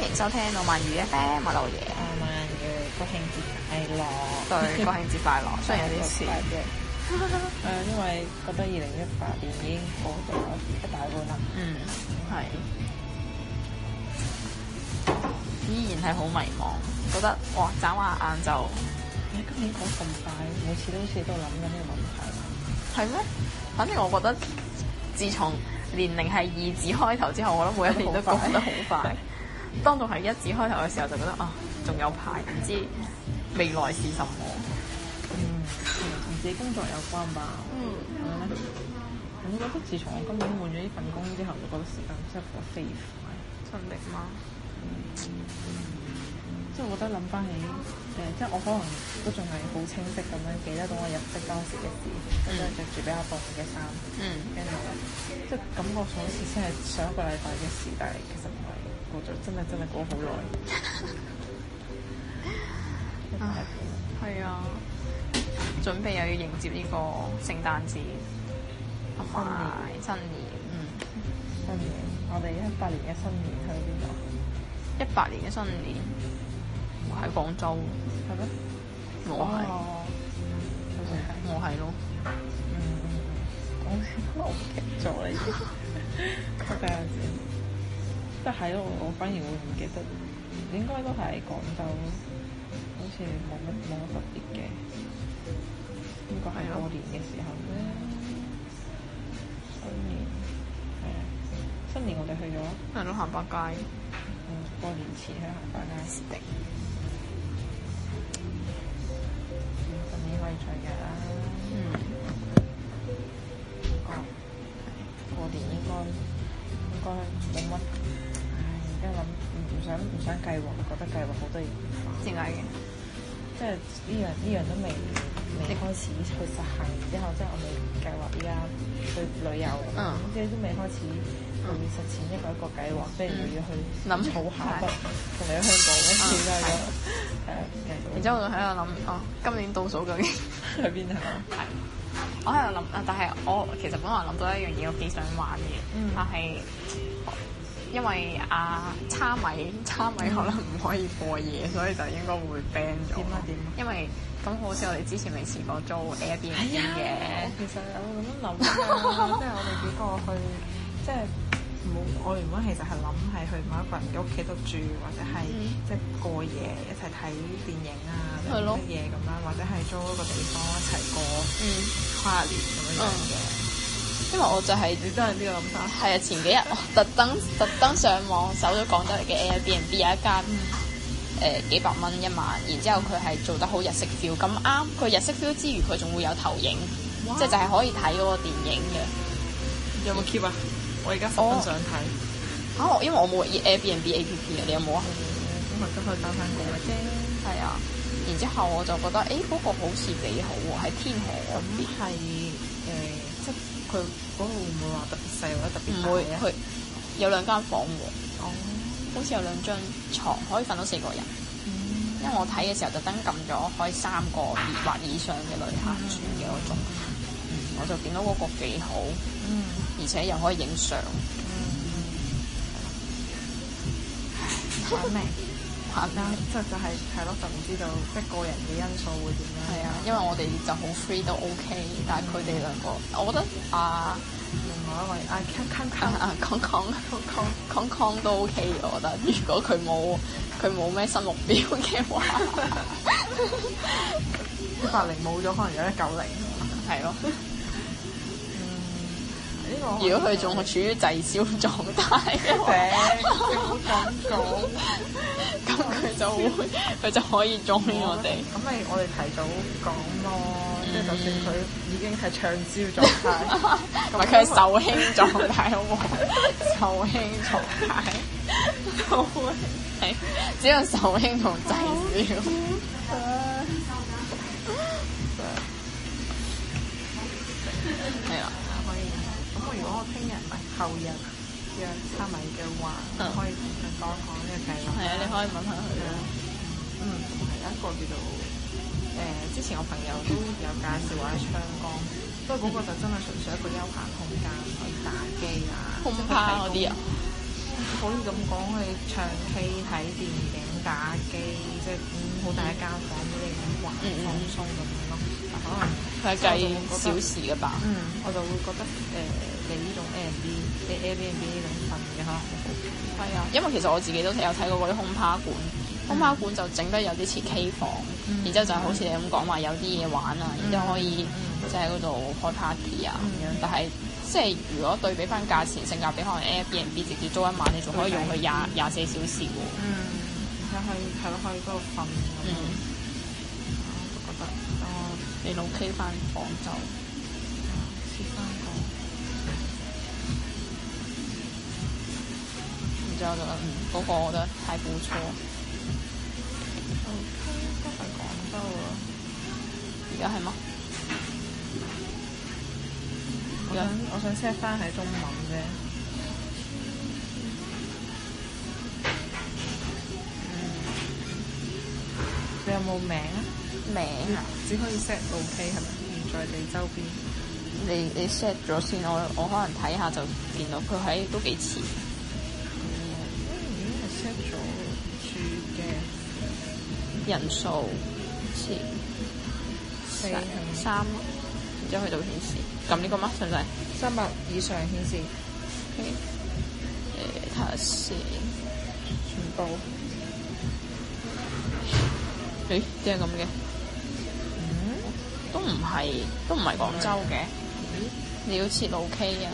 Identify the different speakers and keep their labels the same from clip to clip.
Speaker 1: 迎收聽我萬語 FM，我老爺。
Speaker 2: 我萬語國慶節快樂。
Speaker 1: 對，國慶節快樂。雖然有啲遲。
Speaker 2: 誒，因為覺得二零一八年已經過咗一大半啦，
Speaker 1: 嗯，係。依然係好迷茫，覺得哇，眨下眼就
Speaker 2: 你今年講咁快，每次都好似都諗緊呢個問題。
Speaker 1: 係咩？反正我覺得，自從年齡係二字開頭之後，我諗每一年都過得好快。當到係一字開頭嘅時候，就覺得啊，仲有排，唔知未來是什麼。
Speaker 2: 嗯，同自己工作有關吧。
Speaker 1: 嗯，
Speaker 2: 咁咧，我覺得自從我今年換咗呢份工之後，就覺得時間真係過得飛快。
Speaker 1: 盡力嗎？
Speaker 2: 即係我覺得諗翻起誒、即係我可能都仲係好清晰咁樣記得到我入職當時嘅事，咁樣着住比較薄嘅衫，
Speaker 1: 嗯。
Speaker 2: 跟住即係感覺上好似先係上一個禮拜嘅事，但係其實唔係過咗，真係真係過好耐。一大半
Speaker 1: 係啊，準備又要迎接呢個聖誕節同埋新年。
Speaker 2: 嗯，新年，我哋一八年嘅新年去邊度？
Speaker 1: 一八年嘅新年我喺廣州，
Speaker 2: 係咩？
Speaker 1: 我係、
Speaker 2: 哦好似係。
Speaker 1: 我係咯，
Speaker 2: 嗯，我我唔記得咗啦，已經。我睇下先，即係喺度，我反而會唔記得，應該都係廣州，好似冇乜冇乜特別嘅。應該係過年嘅時候咧，新年係啊，新年我哋去咗，
Speaker 1: 係咯行百街，
Speaker 2: 嗯，過年前去行花街，
Speaker 1: 是的，
Speaker 2: 今年可以再約啦。
Speaker 1: 嗯，
Speaker 2: 過年應該應該冇乜，唉，而家諗唔唔想唔想計劃，覺得計劃好多嘢，
Speaker 1: 點解嘅？
Speaker 2: 即係呢樣呢樣都未未開始去實行，然之後即係我未計劃依家去旅遊，
Speaker 1: 嗯
Speaker 2: 即係都未開始去實踐一個一個計劃，即係要去
Speaker 1: 諗
Speaker 2: 儲下筆，同你去香港嗰次都係咁，係啊，繼續
Speaker 1: 然之後我就喺度諗，哦，今年倒數究竟？
Speaker 2: 去邊啊？
Speaker 1: 我喺度諗啊，但係我其實本來諗到一樣嘢，我幾想玩嘅，
Speaker 2: 嗯
Speaker 1: 但係因為啊叉米叉米可能唔可以過夜，所以就應該會 ban 咗。
Speaker 2: 嗯點啊點啊
Speaker 1: 因為咁好似我哋之前未試過租 Airbnb 嘅，
Speaker 2: 我哎其實有咁樣諗 㗎，即係我哋幾個去，即係冇我原本其實係諗係去某一個人嘅屋企度住，或者係
Speaker 1: 嗯
Speaker 2: 即係過夜一齊睇電影啊，
Speaker 1: 係咯
Speaker 2: 乜嘢咁樣，或者係租一個地方一齊過
Speaker 1: 嗯，
Speaker 2: 跨年咁樣樣嘅。
Speaker 1: 因為我就係
Speaker 2: 你真係呢個諗法？
Speaker 1: 係啊，前幾日我特登特登上網搜咗廣州嘅 Airbnb 有一間。誒、幾百蚊一晚，然之後佢係做得好日式 feel，咁啱佢日式 feel 之餘，佢仲會有投影，
Speaker 2: 哇
Speaker 1: 即係就係可以睇嗰個電影嘅。
Speaker 2: 有冇 keep 啊？我而家十
Speaker 1: 分
Speaker 2: 分
Speaker 1: 想
Speaker 2: 想睇，
Speaker 1: 啊，我因為我冇 Airbnb A P P 嘅，你有冇啊？
Speaker 2: 咁咪都可以打翻工嘅啫。
Speaker 1: 係啊。然之後我就覺得，誒、嗰、個好似幾好喎，喺天河嗰
Speaker 2: 咁
Speaker 1: 邊。
Speaker 2: 係誒，即係佢嗰個會唔會話特別細或者特別
Speaker 1: 唔
Speaker 2: 大
Speaker 1: 會，
Speaker 2: 啊？
Speaker 1: 佢有兩間房喎，
Speaker 2: 哦，
Speaker 1: 好似有兩張床可以瞓到四個人。
Speaker 2: 嗯
Speaker 1: 因為我睇嘅時候特登撳咗開三個或以上嘅旅客住嘅嗰種，嗯我就見到嗰個幾好，
Speaker 2: 嗯。
Speaker 1: 而且又可以影相。
Speaker 2: 玩命，
Speaker 1: 係
Speaker 2: 但係即係就係係咯，就唔知道即係個人嘅因素會點樣。
Speaker 1: 係啊，因為我哋就好 free 都 OK，但係佢哋兩個，我覺得啊
Speaker 2: 另外一位啊，康康
Speaker 1: 啊啊康
Speaker 2: 康
Speaker 1: 康康康康都 OK 嘅，我覺得。如果佢冇佢冇咩新目標嘅話，
Speaker 2: 一八零冇咗，可能有一九零。
Speaker 1: 係咯。
Speaker 2: 呢個
Speaker 1: 如果佢仲處於滯銷狀態嘅 話，
Speaker 2: 頂，你唔好咁講。
Speaker 1: 咁佢就會佢就可以 join 我哋。
Speaker 2: 咁咪我哋提早講咯，即係就算佢已經係暢銷狀態，
Speaker 1: 同埋佢係受輕狀態好冇？受輕狀態，受輕係只有受輕同滯銷。係啦，
Speaker 2: 可以。咁我如果我聽日唔係後日約差米嘅話，
Speaker 1: 嗯
Speaker 2: 可以同佢講講呢個計劃。
Speaker 1: 係啊，你可以問下佢啦。
Speaker 2: 嗯，同埋有一個叫做誒、之前我朋友都有介紹話喺昌江，不過嗰個就真係純粹一個休閒空間，可以打機啊，
Speaker 1: 空趴嗰啲啊，
Speaker 2: 係
Speaker 3: 可以咁講，佢唱 K 睇電影打機，即係咁好大間房俾你咁玩
Speaker 1: 嗯嗯
Speaker 3: 放鬆咁樣咯。但可能
Speaker 1: 佢係
Speaker 3: 所以
Speaker 1: 計
Speaker 3: 我就會
Speaker 1: 小
Speaker 3: 覺得
Speaker 1: 時嘅吧？
Speaker 3: 嗯，我就會覺得誒、你呢種 Airbnb、Airbnb 呢種瞓嘅可能會好啲。
Speaker 1: 係啊，因為其實我自己都有睇過嗰啲空趴館，空趴館就整得有啲似 K 房，
Speaker 3: 嗯
Speaker 1: 然之後就係好似你咁講話有啲嘢玩啊，然之後可以即係喺嗰度開 party 啊咁樣。但係即係如果對比翻價錢性價比，可能 Airbnb 直接租一晚，你仲可以用佢廿廿四小時喎。
Speaker 3: 嗯，然後去係咯，去嗰度瞓咁樣
Speaker 1: 嗯，，
Speaker 3: 我都覺得哦。
Speaker 1: 你老 K 翻房就
Speaker 3: 切翻個，
Speaker 1: 然之後就嗯嗰個我覺得太不錯。
Speaker 3: 嗯，都係廣州啊，
Speaker 1: 而家係嗎？
Speaker 2: 我想我想 set 翻係中文啫。嗯你有冇名啊？
Speaker 1: 名啊？
Speaker 2: 只可以 set OK 係咪？唔在你周邊。
Speaker 1: 你你 set 咗先，我我可能睇下就見到佢喺都幾前。
Speaker 2: 嗯，已經係 set 咗住嘅
Speaker 1: 人數前
Speaker 2: 四係咪？
Speaker 1: 三咯，然之後佢就會顯示。咁呢個嗎？順仔，
Speaker 2: 三百以上顯示
Speaker 1: 誒睇下先。
Speaker 2: 全部。
Speaker 1: 誒點解咁嘅？都唔係都唔係廣州嘅，你要設路 K 啊？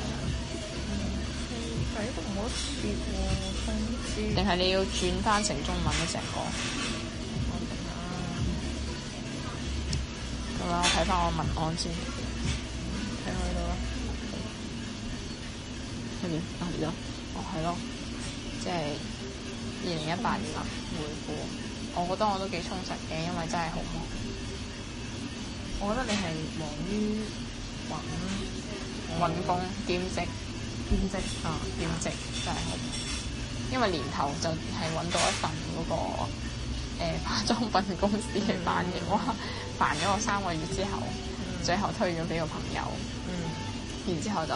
Speaker 2: 睇都唔好跌喎，分
Speaker 1: 定係你要轉翻成中文咧成個？咁啦，我睇翻我文案先。
Speaker 2: 睇開到啦。
Speaker 1: 係咪？啊而家，哦係咯，即係二零一八年啦，回顧，我覺得我都幾充實嘅，因為真係好忙。
Speaker 2: 我覺得你係忙於揾
Speaker 1: 揾工兼職
Speaker 2: 兼職啊，
Speaker 1: 兼職真係好，因為年頭就係揾到一份嗰、個、呃、化妝品公司嘅翻譯， 哇！煩咗我三個月之後，最後推咗俾個朋友，
Speaker 2: 嗯
Speaker 1: 然之後就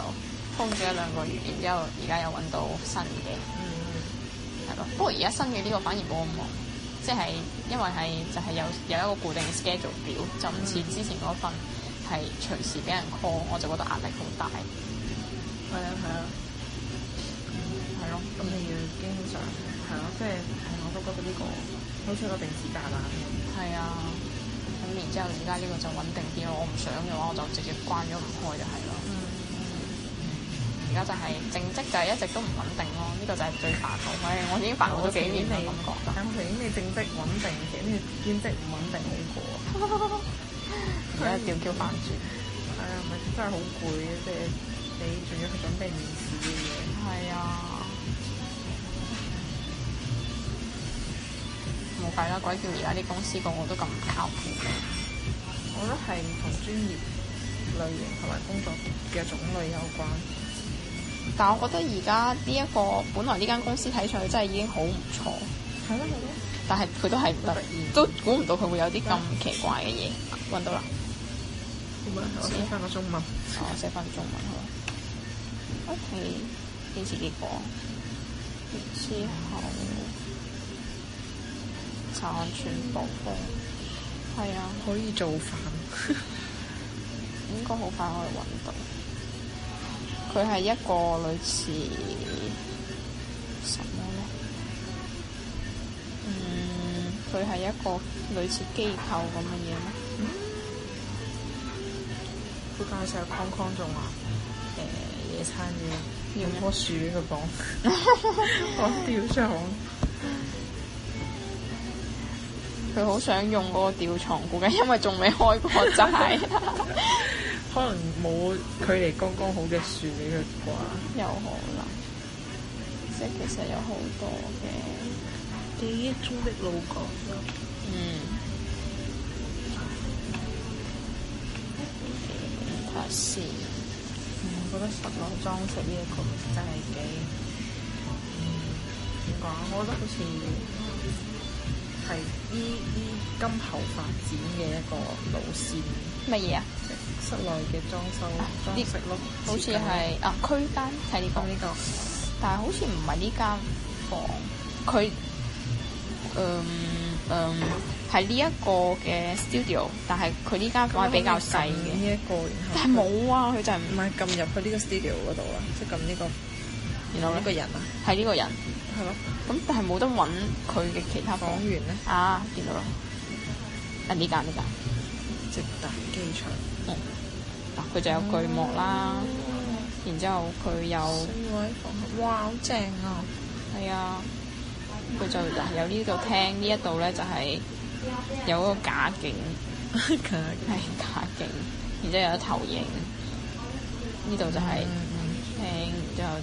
Speaker 1: 空咗一兩個月，然之後而家又揾到新嘅，
Speaker 2: 嗯
Speaker 1: 係咯。不過而家新嘅呢個反而冇咁忙，即係因為係就係有有一個固定 schedule 表，就唔似之前嗰份係隨時俾人 call，我就覺得壓力好大，
Speaker 2: 係啊係啊，
Speaker 1: 係咯。
Speaker 2: 咁你要經常係咯，即係唉我都覺得呢個好似個定時炸彈咁。
Speaker 1: 係啊，咁然之後而家呢個就穩定啲咯。我唔想嘅話，我就直接關咗唔開就係咯。而家就係正職就係一直都唔穩定咯，呢、個就係最煩惱。唉，我已經煩惱咗幾啊年啦，感覺
Speaker 2: 但我情願你正職穩定，嘅，呢兼職唔穩定好過。
Speaker 1: 而家吊叫翻轉。
Speaker 2: 係啊，唔係真係好攰嘅，即係你仲要去準備面試嘅嘢。
Speaker 1: 係啊，冇計啦，鬼叫而家啲公司個個都咁唔靠譜嘅。
Speaker 2: 我覺得係同專業類型同埋工作嘅種類有關。
Speaker 1: 但我覺得而家呢一個本來呢間公司睇上去真係已經好唔錯，
Speaker 2: 係咯係咯，
Speaker 1: 但係佢都係唔
Speaker 2: 突
Speaker 1: 得
Speaker 2: 然，
Speaker 1: 都估唔到佢會有啲咁奇怪嘅嘢揾到啦。
Speaker 2: 點解我先翻個中文？
Speaker 1: 哦，我寫翻中文好啦。OK，顯示結果。然之後查看全部嘅，係啊，
Speaker 2: 可以做飯。
Speaker 1: 應該好快可以揾到。佢係一個類似什麼咧？嗯，佢係一個類似機構咁嘅嘢咩？
Speaker 2: 佢介紹康康仲話誒野餐要用棵樹去綁，啊 我吊上。
Speaker 1: 佢好想用嗰個吊床，估計因為仲未開過齋，
Speaker 2: 可能冇距離剛剛好嘅樹俾佢啩。
Speaker 1: 有可能。即係其實有好多嘅，
Speaker 2: 記憶中的路角。
Speaker 1: 嗯。睇下先，
Speaker 4: 嗯
Speaker 2: 我覺得室內裝飾呢一個真係幾
Speaker 4: 嗯
Speaker 2: 點講？我覺得好似係依依今後發展嘅一個路線，
Speaker 1: 乜嘢啊？
Speaker 2: 即係室內嘅裝修裝飾咯。
Speaker 1: 好似係啊，區間係呢個
Speaker 2: 講呢個
Speaker 1: 但係好似唔係呢間房，佢誒誒係呢一個嘅 studio，但係佢呢間房係比較細
Speaker 4: 呢
Speaker 1: 嘅。
Speaker 4: 一個，然後
Speaker 1: 但係冇啊，佢就係唔
Speaker 4: 唔係撳入去呢個 studio 嗰度啊，即係撳呢個
Speaker 1: 然後
Speaker 4: 呢個
Speaker 1: 咧
Speaker 4: 人啊，
Speaker 1: 係呢個人，
Speaker 4: 係咯。
Speaker 1: 咁但係冇得揾佢嘅其他
Speaker 4: 講
Speaker 1: 房
Speaker 4: 完咧，
Speaker 1: 啊，見到啦，啊呢間呢間。
Speaker 4: 直達機場。
Speaker 1: 嗱，啊佢就有巨幕啦，然之後佢有
Speaker 4: 嗯位房客，哇，好正啊！
Speaker 1: 係啊，佢就嗱有呢度廳，呢一度咧就係有嗰個假景， 係假景，然之後有投影，呢度就
Speaker 4: 嗯
Speaker 1: 係廳，然之後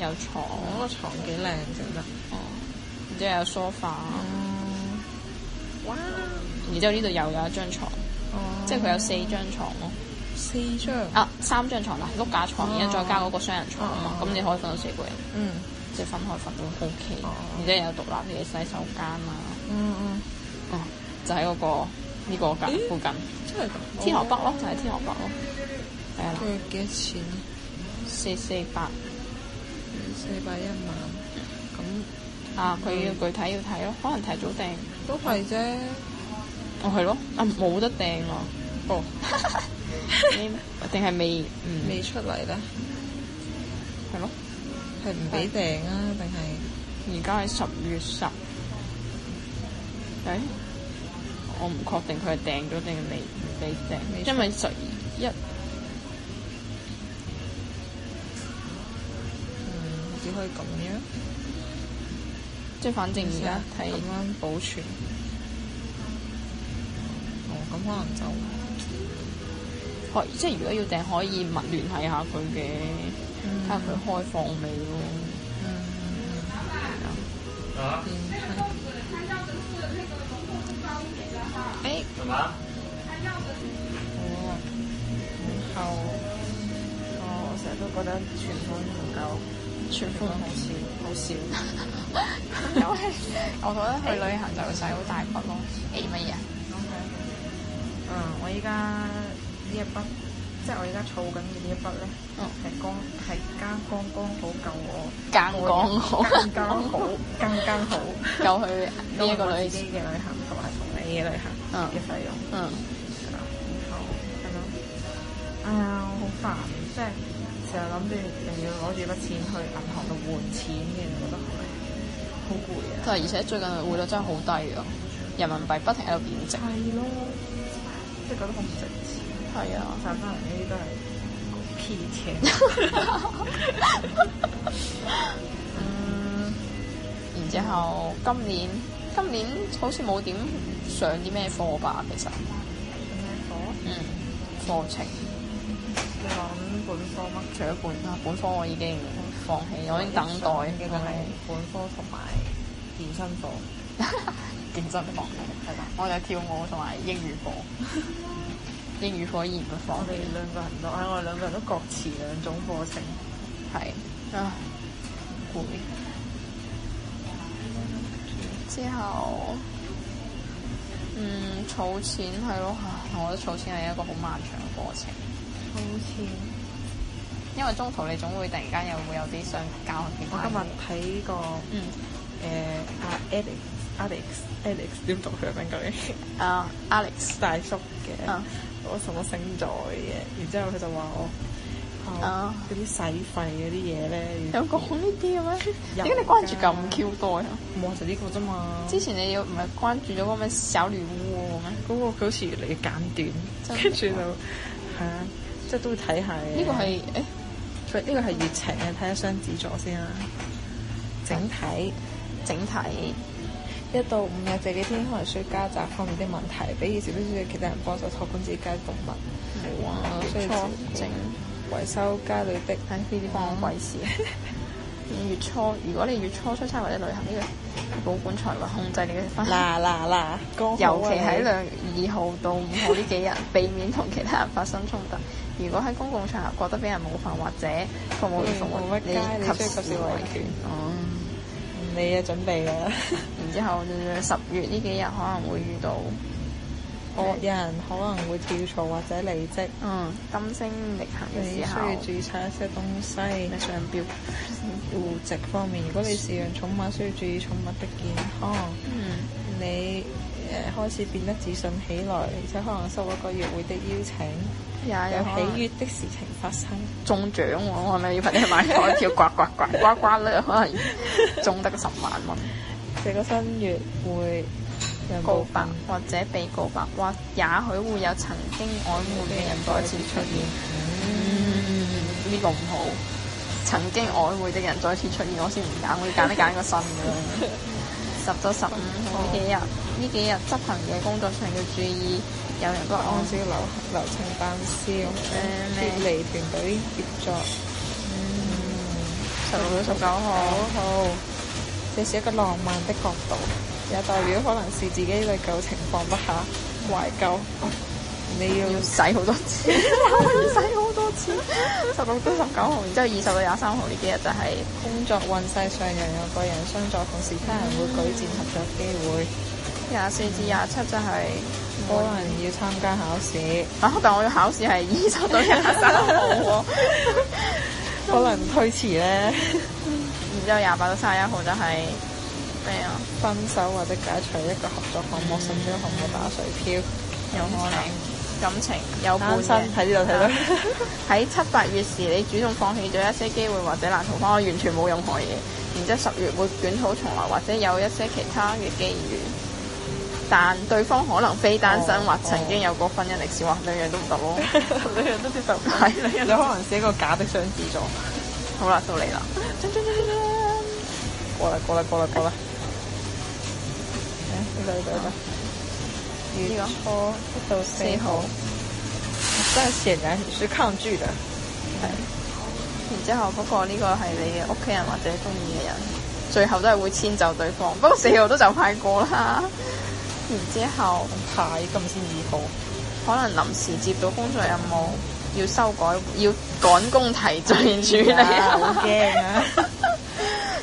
Speaker 1: 有床，
Speaker 4: 我個床幾靚整得。
Speaker 1: 哦然之後有 sofa，
Speaker 4: 哦，哇！
Speaker 1: 然之後呢度又有一張床，
Speaker 4: 哦，
Speaker 1: 即係佢有四張床咯，
Speaker 4: 四張。
Speaker 1: 啊三張床啦，碌架床，然之後再加嗰個雙人床啊嘛，咁你可以瞓到四個人。
Speaker 4: 嗯
Speaker 1: 即係分開瞓都 OK，
Speaker 4: 哦
Speaker 1: 然之後有獨立嘅洗手間啦，
Speaker 4: 嗯嗯，
Speaker 1: 哦，就喺嗰個呢個隔
Speaker 4: 咦哦
Speaker 1: 附近，
Speaker 4: 真係㗎。
Speaker 1: 天河北咯，就喺天河北咯，係啊，
Speaker 4: 佢幾多錢？
Speaker 1: 四四八
Speaker 4: 四百一萬。咁
Speaker 1: 啊，佢
Speaker 4: 嗯
Speaker 1: 要具體要睇咯，可能提早訂，
Speaker 4: 都係啫。
Speaker 1: 哦係咯，啊冇得訂咯， 哦，你定係未嗯
Speaker 4: 未出嚟咧，
Speaker 1: 係咯，
Speaker 4: 係唔俾訂啊？定係？
Speaker 1: 而家係十月十，誒，我唔確定佢係訂咗定未未
Speaker 4: 未
Speaker 1: 訂，
Speaker 4: 出
Speaker 1: 因為十一。
Speaker 4: 嗯，只可以咁樣。
Speaker 1: 即係反正而家睇
Speaker 4: 咁樣保存。哦，咁可能就
Speaker 1: 可即係如果要訂，可以密聯繫下佢嘅，睇下佢開放未咯。
Speaker 4: 哎，
Speaker 5: 干嘛？
Speaker 4: 哦，然後哦，我成日都覺得存款唔夠，存款好少，好 少。
Speaker 6: 因為我覺得去旅行就使好大筆咯。誒乜嘢啊？
Speaker 2: 嗯，我依家呢一筆，即係我依家儲緊嘅呢一筆咧，
Speaker 1: 嗯
Speaker 2: 係剛係啱剛剛好夠我
Speaker 6: 更講好，
Speaker 2: 更加好，更加好
Speaker 1: 夠去 呢一個
Speaker 2: 我
Speaker 1: 旅
Speaker 2: 自己嘅旅行同埋同你嘅旅行
Speaker 1: 嗯
Speaker 2: 嘅費用。
Speaker 1: 嗯
Speaker 2: 然後係咯，哎呀，我好煩，即係成日諗住又要攞住筆錢去銀行度換錢嘅，我覺得好累好攰啊！
Speaker 1: 就係而且最近匯率真係好低啊，人民幣不停喺度貶值。
Speaker 2: 係咯，即係覺得好唔值錢，
Speaker 1: 係啊，
Speaker 2: 賺翻嚟呢啲都係屁錢。嗯，
Speaker 1: 然之後今年今年好似冇點上啲咩課吧，其實
Speaker 2: 咩科？
Speaker 1: 嗯課程
Speaker 2: 你講本科嗎？
Speaker 1: 除咗本啊本科我已經放棄，我已經等待
Speaker 2: 嘅就係本科同埋健身課。
Speaker 6: 健身房係啦，我就跳舞同埋英語課，
Speaker 1: 英語課依然不放
Speaker 2: 我
Speaker 1: 棄
Speaker 2: 哋。兩個人都，唉，我哋兩個人都各持兩種課程。
Speaker 1: 係，唉，攰。之後，嗯，儲錢係咯，唉我覺得儲錢係一個好漫長嘅過程，
Speaker 2: 好似
Speaker 1: 因為中途你總會突然間又會有啲想交嘅
Speaker 2: 我今日睇個
Speaker 1: 嗯
Speaker 2: 誒啊 Alex Alex Alex 點讀佢名句？
Speaker 1: 啊 Alex
Speaker 2: 大叔嘅
Speaker 1: 啊，
Speaker 2: 我什麼星座嘅，然之後佢就話我
Speaker 1: 啊
Speaker 2: 啊嗰啲使費嗰啲嘢咧，
Speaker 1: 有講呢啲嘅咩？
Speaker 2: 有
Speaker 1: 點解你關注咁
Speaker 2: 㗎
Speaker 1: Q 多啊？
Speaker 2: 冇就呢個啫嘛。
Speaker 1: 之前你要唔係關注咗嗰個咩小女巫嘅咩？
Speaker 2: 嗰個佢好似越嚟越簡
Speaker 1: 真
Speaker 2: 短，
Speaker 1: 係
Speaker 2: 跟住就係啊，即係都會睇下嘅。
Speaker 1: 呢個係誒
Speaker 2: 佢呢個係熱情嘅，睇下雙子座先啦。整體
Speaker 1: 整體
Speaker 2: 一到五日這幾天可能需要家宅方面啲問題，比以前必須要其他人幫手托管自己家動物。
Speaker 1: 冇啊，
Speaker 2: 所以
Speaker 1: 錯整。
Speaker 2: 維修家裏的
Speaker 1: 唉，呢啲關我 鬼事。
Speaker 2: 嗯
Speaker 1: 你月初，如果你月初出差或者旅行，呢、個保管財運控制你嘅花
Speaker 2: 嗱嗱嗱，剛好啊
Speaker 1: 尤其喺
Speaker 2: 你
Speaker 1: 兩月二號到五號呢幾日， 避免同其他人發生衝突。如果喺公共場合覺得俾人冒犯或者服務員服務
Speaker 2: 嗯冇乜街你需要及時維權
Speaker 1: 哦，
Speaker 2: 你嘅準備啦。
Speaker 1: 然之後呃十月呢幾日可能會遇到
Speaker 2: 我哦有人可能會跳槽或者離職，
Speaker 7: 嗯，
Speaker 1: 金星逆行嘅
Speaker 2: 你需
Speaker 1: 時
Speaker 2: 要
Speaker 1: 候，
Speaker 2: 註冊一些東西。
Speaker 7: 你想標，
Speaker 2: 戶籍方面，如果你飼養寵物，需要注意寵物的健康。
Speaker 7: 嗯，
Speaker 2: 你誒、呃、開始變得自信起來，而且可能收到一個約會的邀請，
Speaker 7: 也有
Speaker 2: 有
Speaker 7: 喜
Speaker 2: 喜
Speaker 7: 悦
Speaker 2: 悅的事情發生。
Speaker 1: 中獎喎，我係咪要快啲去買彩票刮刮刮刮刮咧？可能中得十萬蚊，
Speaker 2: 這個新月會讓
Speaker 7: 告
Speaker 2: 部
Speaker 7: 白
Speaker 2: 分
Speaker 7: 或者被告白，或也許會有曾經曖昧嘅人再次出現。
Speaker 1: 呢個唔好。曾經曖昧的人再次出現，我先唔揀，我要揀一揀個新嘅。
Speaker 7: 十到十五號呢幾日，呢幾日執行嘅工作上要注意，有人不安
Speaker 2: 按照流流程辦事，
Speaker 7: 咩
Speaker 2: 脫離團隊協作。
Speaker 7: 十六到十九
Speaker 2: 九
Speaker 7: 號，
Speaker 2: 號，這是一個浪漫的角度，也代表可能是自己對舊情放不下、懷舊。你要
Speaker 1: 要使好多錢，使好多錢。十六到十九號，然之後二十到廿三號呢幾日就係、
Speaker 2: 工作運勢上揚，有個人相助，同時他人會舉薦合作機會。
Speaker 7: 廿四至廿七就係、
Speaker 2: 可能要參加考試，
Speaker 1: 啊！但我嘅考試係二十到廿三 號喎，
Speaker 2: 可能推遲咧，
Speaker 1: 然之後廿八到三十一號就係咩啊？
Speaker 2: 分手或者解除一個合作項目，甚至項目打水 漂。
Speaker 1: 有可能感情有伴
Speaker 2: 單身
Speaker 1: 嘅。啊
Speaker 2: 喺呢度睇到，
Speaker 1: 喺七八月時，你主動放棄咗一些機會或者爛桃花，我完全冇任何嘢。然之後十月會捲土重來，或者有一些其他嘅機遇。但對方可能非單身，
Speaker 2: 哦
Speaker 1: 或曾經有過婚姻歷史，或兩樣都唔得咯。
Speaker 2: 你又都接受唔
Speaker 1: 係
Speaker 2: 到你可能是一個假的雙子座。
Speaker 1: 好啦，到你啦。
Speaker 2: 過啦過啦過啦過啦！誒呢度呢度呢度，月初一到四號，但顯然你是抗拒的。
Speaker 1: 然之後嗰個呢個係你嘅屋企人或者中意嘅人，最後都係會遷就對方。不過四號都就快過啦。然之後
Speaker 2: 派今日先二號，
Speaker 1: 可能臨時接到工作任務，要修改，要趕工提進處理。
Speaker 2: 好驚啊！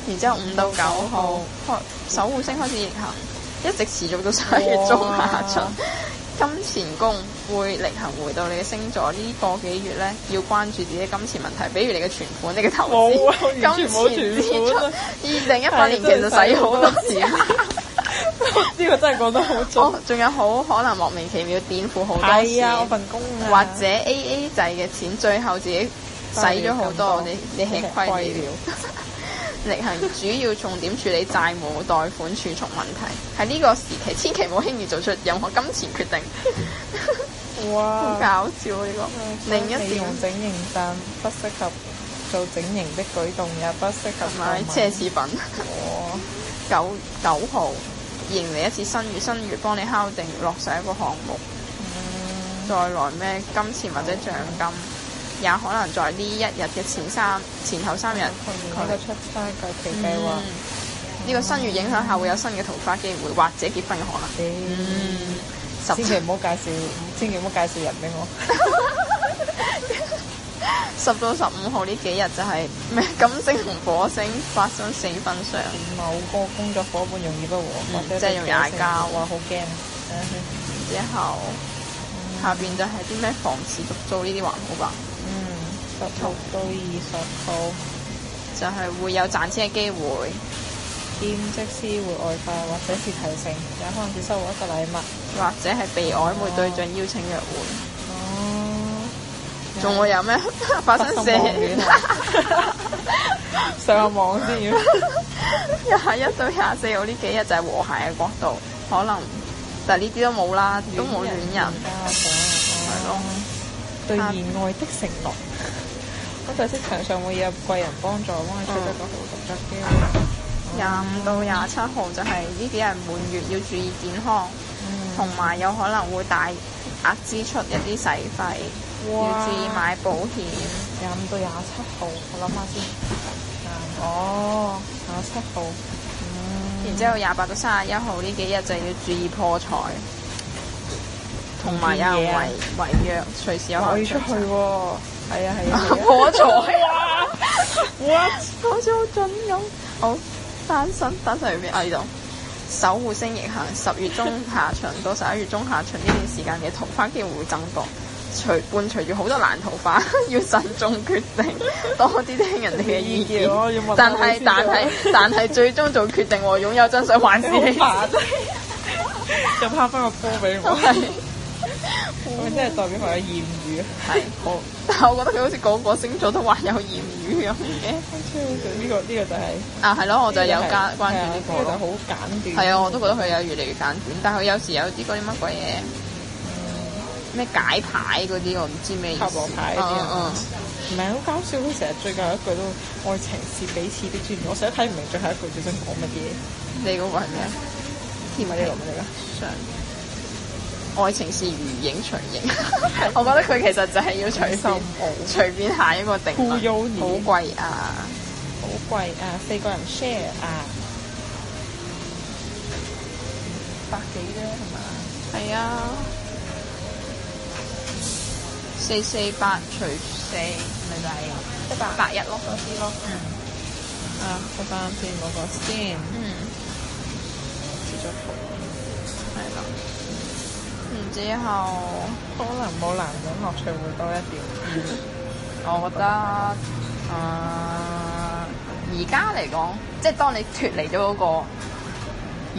Speaker 1: 然之後五到九號開守護星開始逆行，一直持續到十一月中下旬。金錢宮會逆行回到你嘅星座，呢個幾月咧要關注自己嘅金錢問題，比如你嘅存款、你嘅投
Speaker 2: 冇啊完
Speaker 1: 資、
Speaker 2: 全
Speaker 1: 金
Speaker 2: 冇
Speaker 1: 錢支
Speaker 2: 存
Speaker 1: 出。
Speaker 2: 款啊啊
Speaker 1: 二零一八年其實使好多錢，
Speaker 2: 呢個真係講得好準。
Speaker 1: 哦，仲有好可能莫名其妙顛覆好多
Speaker 2: 係啊，我
Speaker 1: 錢。
Speaker 2: 份工啊，
Speaker 1: 或者 A A 制嘅錢，最後自己使咗好多，你你吃虧了。 力行主要重點處理債務、貸款、儲蓄問題。喺呢個時期，千祈唔好輕易做出任何金錢決定。好
Speaker 2: 哇！
Speaker 1: 搞笑啊呢、
Speaker 2: 嗯
Speaker 1: 個。另一
Speaker 2: 美容
Speaker 1: 點
Speaker 2: 整形但不適合做整形的舉動，也不適合
Speaker 1: 買
Speaker 2: 購物
Speaker 1: 奢侈品。
Speaker 2: 哇
Speaker 1: 九九號迎嚟一次新月，新月幫你敲定落實一個項目。
Speaker 2: 嗯
Speaker 1: 再來咩金錢或者獎金，也可能在呢一日嘅前三前後三日
Speaker 2: 同哦年呢個出差假期計劃。
Speaker 1: 嗯呢個新月影響下會有新嘅桃花機會，或者結婚嘅可能。十
Speaker 2: 千祈唔好介紹，千祈唔好介紹人俾我。
Speaker 1: 十到十五號呢幾日就係 咩金星同火星發生四分相，
Speaker 2: 某個工作伙伴容易不和，或者
Speaker 1: 嗯即係容易嗌交
Speaker 2: 哇，好驚！嗯
Speaker 1: 之後下邊就係啲咩防止續租呢啲還好吧，
Speaker 2: 嗯，十六到二十號，
Speaker 1: 就係會有賺錢嘅機會，
Speaker 2: 兼職師會外快或者是提成，也可能只收穫一個禮物。
Speaker 1: 或者係被曖昧對象邀請約會，
Speaker 2: 哦，
Speaker 1: 仲會有咩 發生
Speaker 2: 發
Speaker 1: 社
Speaker 2: 生 網戀啊上下網先要。
Speaker 1: 廿一到廿四號呢幾日就係和諧嘅角度，可能但呢啲都冇啦，都冇戀人。
Speaker 2: 係
Speaker 1: 咯。
Speaker 2: 對言愛的承諾，我就職場上會有貴人幫助，幫你取得個好合作機會。
Speaker 1: 廿五到廿七號就係呢幾日滿月要注意健康，
Speaker 2: 嗯
Speaker 1: 同埋有可能會大額支出一啲使費，要
Speaker 2: 哇
Speaker 1: 注意買保險。
Speaker 2: 廿五到廿七號，我諗下先。廿哦，廿七號，嗯
Speaker 1: 然之後廿八到三十一號呢幾日就要注意破財，同埋有人違違約，隨時有可
Speaker 2: 啊
Speaker 1: 能
Speaker 2: 我要啊出去喎。係啊 係啊係啊，
Speaker 1: 破財啊！好似好準咁。好，單身單身係咩？啊呢度。守護星逆行，十月中下旬到十一月中下旬呢段時間嘅桃花機會增多，隨伴隨住好多爛桃花， 要慎重決定，多啲聽人哋嘅意見。
Speaker 2: 我要問
Speaker 1: 但係但係但係最終做決定喎，擁有真相還是你自
Speaker 2: 煩，啊 又拋翻個波俾我，咁真係代表佢有豔遇啊！
Speaker 1: 係
Speaker 2: 好，
Speaker 1: 但係我覺得佢好似個個星座都患有豔語咁嘅。
Speaker 2: 跟住呢個呢個就係
Speaker 1: 啊，係咯，我就有加關注
Speaker 2: 係啊
Speaker 1: 呢個
Speaker 2: 個就
Speaker 1: 咯。
Speaker 2: 好簡短。
Speaker 1: 係啊，我都覺得佢有越嚟越簡短，但係佢有時有啲嗰啲乜鬼嘢，咩解牌嗰啲，我唔知咩意思。
Speaker 2: 塔羅牌嗰啲啊
Speaker 1: 嗯嗯
Speaker 2: 唔係好搞笑，佢成日最近有一句都愛情是彼此的專業，我成日睇唔明最後一句究竟講乜嘢，
Speaker 1: 你嗰個係咩啊？
Speaker 2: 唔係呢度嚟㗎。
Speaker 1: 愛情是如影隨形， 我覺得佢其實就係要隨
Speaker 2: 心
Speaker 1: 便
Speaker 2: 奧
Speaker 1: 隨便下一個定
Speaker 2: 忽悠
Speaker 1: 論，
Speaker 2: 你
Speaker 1: 好貴啊！
Speaker 2: 好貴啊，四個人 share 啊，百幾啫係嘛？
Speaker 1: 係啊，四四八除四咪就係一百八一咯，嗰啲咯。
Speaker 2: 啊，我翻先嗰個先，
Speaker 1: 嗯，
Speaker 2: 切咗圖，
Speaker 1: 係啦。然之後，
Speaker 2: 可能冇男人樂趣會多一點。
Speaker 1: 我覺得啊，而家嚟講，即係當你脱離咗嗰個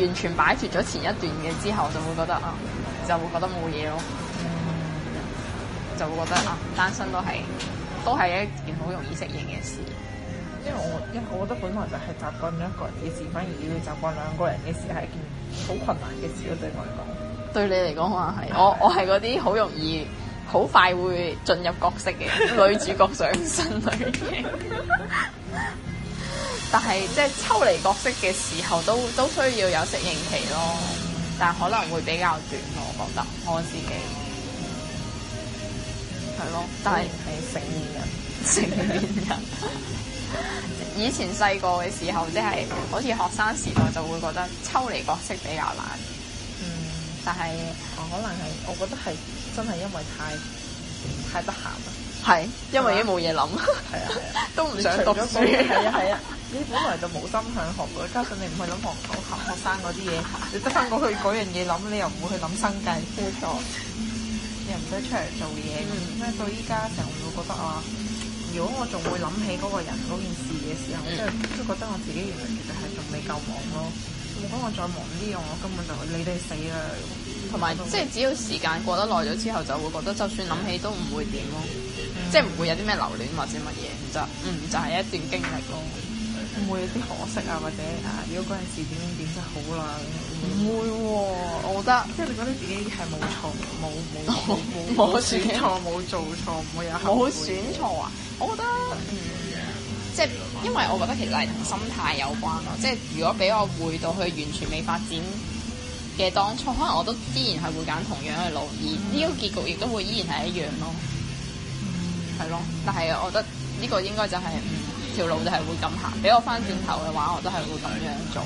Speaker 1: 完全擺脱咗前一段嘅之後，就會覺得啊，就會覺得冇嘢咯。就會覺得啊，單身都係都係一件好容易適應嘅事。
Speaker 2: 因為我因為我覺得本來就係習慣咗一個人嘅事，反而要習慣兩個人嘅事係一件好困難嘅事咯，對我嚟講。
Speaker 1: 對你嚟講可能係我我係嗰啲好容易好快會進入角色嘅女主角上身類型。但係即係抽離角色嘅時候都都需要有適應期咯，但可能會比較短咯，我覺得我自己係咯，但係。
Speaker 2: 係成年人，
Speaker 1: 成年人。以前細個嘅時候，即係好似學生時代就會覺得抽離角色比較難，
Speaker 2: 嗯。
Speaker 1: 但係
Speaker 2: 我可能係，我覺得係真係因為太太啊得閒啦。
Speaker 1: 係因為已經冇嘢諗，
Speaker 2: 係啊係啊，
Speaker 1: 都唔想
Speaker 2: 除
Speaker 1: 讀
Speaker 2: 咗
Speaker 1: 書。
Speaker 2: 嗰個係啊係啊，你本來就冇心向學嘅，加上你唔去諗學學學生嗰 啲嘢，你得翻嗰去嗰樣嘢諗，你又唔會去諗生計。冇錯，又唔使出嚟做嘢，咁咧到依家成日會覺得啊，如果我仲會諗起嗰個人嗰件事嘅時候，即係即係覺得我自己原來其實係仲未夠忙咯。如果我再忙啲，我根本就你哋死啦。
Speaker 1: 同埋即係只要時間過得耐咗之後，就會覺得就算諗起都唔會點咯，
Speaker 2: 嗯
Speaker 1: 即係唔會有啲咩留戀或者乜嘢，就嗯就係一段經歷咯。
Speaker 2: 唔會有啲可惜啊，或者啊，如果嗰陣時點點點就好啦。
Speaker 1: 唔會喎，我覺得
Speaker 2: 即係你覺得自己係冇錯，冇冇冇
Speaker 1: 冇
Speaker 2: 冇選錯，冇做錯，唔會有後
Speaker 1: 冇
Speaker 2: 悔。
Speaker 1: 選錯啊！我覺得嗯，即係因為我覺得其實係同心態有關咯。即係如果俾我回到去完全未發展嘅當初，可能我都依然係會揀同樣嘅路，而呢個結局亦都會依然係一樣咯。係咯，但係我覺得呢個應該就係、嗯條路就係會咁行。俾我翻轉頭嘅話，我都係會咁樣做。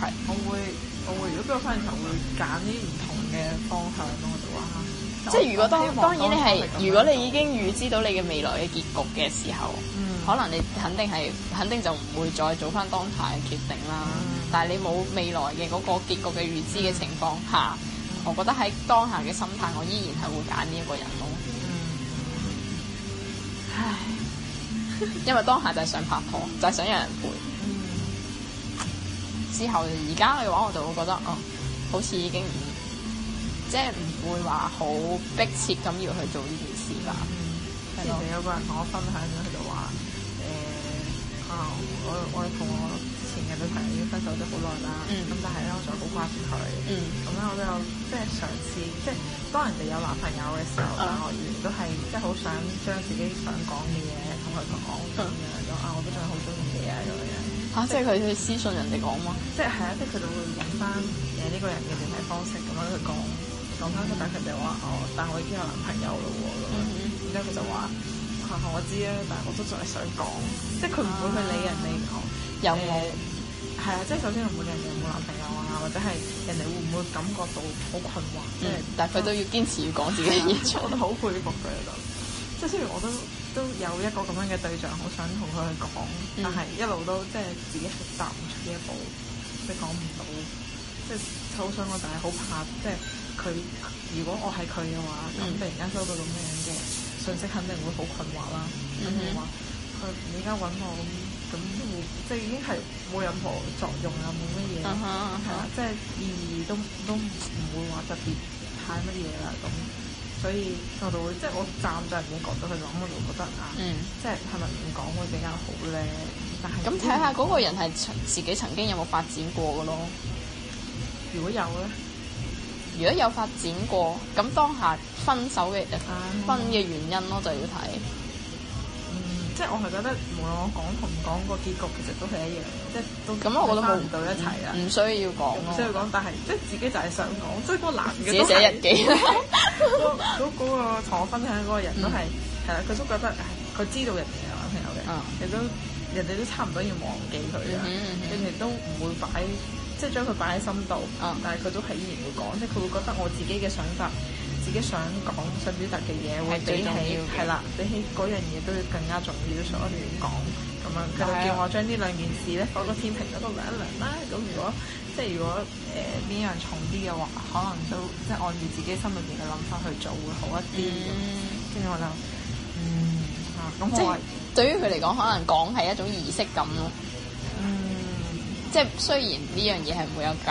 Speaker 1: 係
Speaker 2: 我會我會如果俾我翻轉頭會揀啲唔同嘅方向咯，我就話。
Speaker 1: 即係如果當
Speaker 2: 我希望
Speaker 1: 當然你係
Speaker 2: 當初，係咁樣
Speaker 1: 如果你已經預知到你嘅未來嘅結局嘅時候，可能你肯定係肯定就唔會再做翻當下嘅決定啦。但係你冇未來嘅嗰個結局嘅預知嘅情況下，我覺得喺當下嘅心態，我依然係會揀呢一個人咯。唉，因為當下就係想拍拖，就係、想有人陪。之後而家嘅話，我就會覺得哦，好似已經唔即係唔會話好迫切咁要去做呢件事啦。
Speaker 2: 之前有個人同我分享咗，佢就話誒、啊，我我同我之前嘅女朋友已經分手咗好耐啦，
Speaker 1: 嗯
Speaker 2: 咁、但係咧我就好掛住佢，
Speaker 1: 嗯
Speaker 2: 咁咧、我都有即係嘗試，即係當人哋有男朋友嘅時候，
Speaker 1: 啊
Speaker 2: 但我仍然都係即係好想將自己想講嘅嘢同佢講咁樣，咁啊我都仲係好中意你啊咁樣。
Speaker 1: 嚇、即係佢去私信人哋講嘛。
Speaker 2: 即係係啊，即係佢就會揾翻誒呢個人嘅聯繫方式咁樣去講講翻佢，但佢就話哦，但我已經有男朋友嘞喎咁
Speaker 1: 嗯
Speaker 2: 樣，然之後佢就話嚇我知啊，但係我都仲係想講，即係佢唔會去理人哋講
Speaker 1: 有
Speaker 2: 誒
Speaker 1: 冇
Speaker 2: 係啊，即係首先唔會理人哋有冇男朋友啊，或者係人哋會唔會感覺到好困惑，即
Speaker 1: 嗯
Speaker 2: 係、，
Speaker 1: 但係佢都要堅持要講自己嘅嘢出
Speaker 2: 我
Speaker 1: 嚟
Speaker 2: 都。好佩服佢度。即係雖然我都都有一個咁樣嘅對象，好想同佢去講，但係一路都即係自己係踏唔出呢一步。即係講唔到，即係好想我，但係好怕，即係佢如果我係佢嘅話，咁突然間收到咁樣嘅信息，肯定會好困惑啦。肯定話佢而家揾我咁，咁都冇即係已經係冇任何作用啦，冇乜嘢，
Speaker 1: 啊哈啊
Speaker 2: 係
Speaker 1: 哈，
Speaker 2: 啦即係意義都都唔會話特別太乜嘢啦咁。所以我就會即係我站在人嘅角度去諗，我就覺得啊，
Speaker 1: 嗯，
Speaker 2: 即係係咪唔講會比較好咧？但
Speaker 1: 咁
Speaker 2: 係
Speaker 1: 睇下嗰個人係曾自己曾經有冇發展過嘅咯。
Speaker 2: 如果有咧。
Speaker 1: 如果有發展過，咁當下分手嘅
Speaker 2: 啊
Speaker 1: 分嘅原因咯，就要睇。
Speaker 2: 嗯，即係我係覺得無論我講同唔講個結局其實都係一樣，即係都
Speaker 1: 咁我覺得冇
Speaker 2: 翻
Speaker 1: 嗯
Speaker 2: 唔到一齊啦
Speaker 1: 唔。啊唔需要講
Speaker 2: 唔
Speaker 1: 咯
Speaker 2: 需。要講，但係即係自己就係想講，即係嗰個男嘅
Speaker 1: 自己寫日記
Speaker 2: 嗰嗰嗰個同我分享嗰個人都係係啦，佢都覺得唉佢知道人哋有男朋友嘅
Speaker 1: 嗯，
Speaker 2: 亦都人哋都差唔多要忘記佢
Speaker 1: 嗯
Speaker 2: 啊啦
Speaker 1: 哼嗯哼，
Speaker 2: 佢哋都唔會擺即係將佢擺喺心度
Speaker 1: 嗯，
Speaker 2: 但係佢都係依然會講，即係佢會覺得我自己嘅想法。自己想講、想表達嘅嘢，
Speaker 1: 係
Speaker 2: 會
Speaker 1: 最
Speaker 2: 比起
Speaker 1: 重要嘅
Speaker 2: 係啦，比起嗰樣嘢都要更加重要，所以我哋要講咁樣。佢就
Speaker 1: 係啊
Speaker 2: 叫我將呢兩件事咧放個天平嗰度量一量啦。咁如果即係如果誒邊、樣重啲嘅話，可能都即係按住自己心裏邊嘅諗法去做會好一啲。
Speaker 1: 嗯
Speaker 2: 跟住、我就嗯啊，咁
Speaker 1: 即係
Speaker 2: 我話
Speaker 1: 對於佢嚟講，可能講係一種儀式感咯。
Speaker 2: 嗯
Speaker 1: 即係雖然呢樣嘢係唔會有界